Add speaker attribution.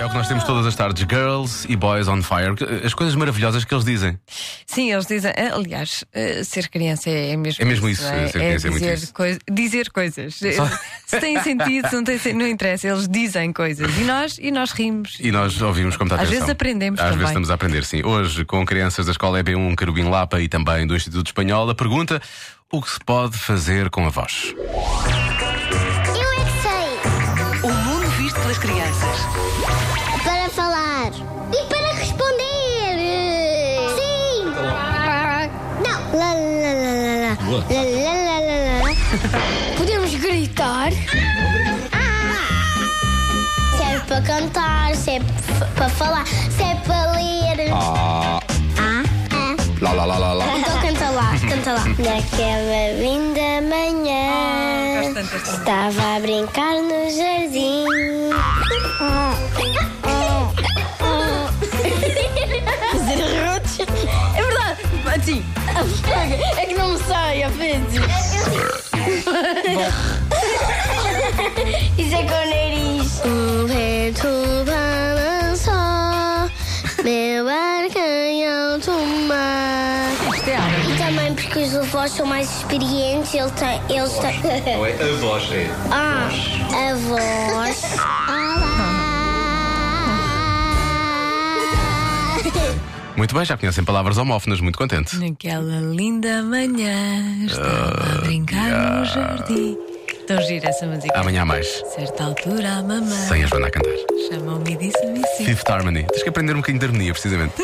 Speaker 1: É o que nós temos todas as tardes: Girls e Boys on Fire. eh, As coisas maravilhosas que eles dizem.
Speaker 2: Sim, eles dizem. eh, Aliás, eh, ser criança é mesmo
Speaker 1: É mesmo isso,
Speaker 2: é,
Speaker 1: ser criança é muito
Speaker 2: dizer,
Speaker 1: isso.
Speaker 2: coi- dizer coisas. Se tem sentido, se não tem sentido, não interessa. Eles dizem coisas. E nós, e nós rimos.
Speaker 1: E nós ouvimos com muita
Speaker 2: Às
Speaker 1: atenção.
Speaker 2: vezes aprendemos
Speaker 1: Às
Speaker 2: também.
Speaker 1: vezes estamos a aprender, sim. Hoje, com crianças da Escola EB1 Carubim Lapa e também do Instituto Espanhol, a pergunta: o que se pode fazer com a voz?
Speaker 3: Eu é que sei!
Speaker 4: O mundo visto pelas crianças.
Speaker 3: Para falar! E para responder! Sim! Não! Lá, lá, lá, lá, lá. Lá, lá, lá, lá, lá. Podemos gritar! Serve Ah. para cantar, serve f- para falar, serve para ler. Ah! Ah!
Speaker 5: La la la la la.
Speaker 3: Então canta lá, canta lá. Naquela linda
Speaker 4: Ah,
Speaker 3: manhã.
Speaker 2: gosto tanto desta
Speaker 3: Estava a brincar no jardim. Fazer rotos. É verdade. Assim. É que não me sai, ofende. Isso é com o nariz. Um vento balançou. Meu arcanhão do mar.
Speaker 2: Isto é árabe.
Speaker 3: E também porque os avós são mais experientes, ele tem- eles têm.
Speaker 5: Não é a voz, é.
Speaker 3: Ah, avós. Olá!
Speaker 1: Muito bem, já conhecem palavras homófonas, muito contente.
Speaker 2: Naquela linda manhã,
Speaker 1: Ah,
Speaker 2: estava a brincar no jardim. Tão gira essa música.
Speaker 1: Amanhã há mais.
Speaker 2: A certa altura, a mamãe
Speaker 1: Sem a Joana a cantar.
Speaker 2: chamou-me e disse-me assim, sim.
Speaker 1: Fifth Harmony. Tens que aprender um bocadinho de harmonia, precisamente.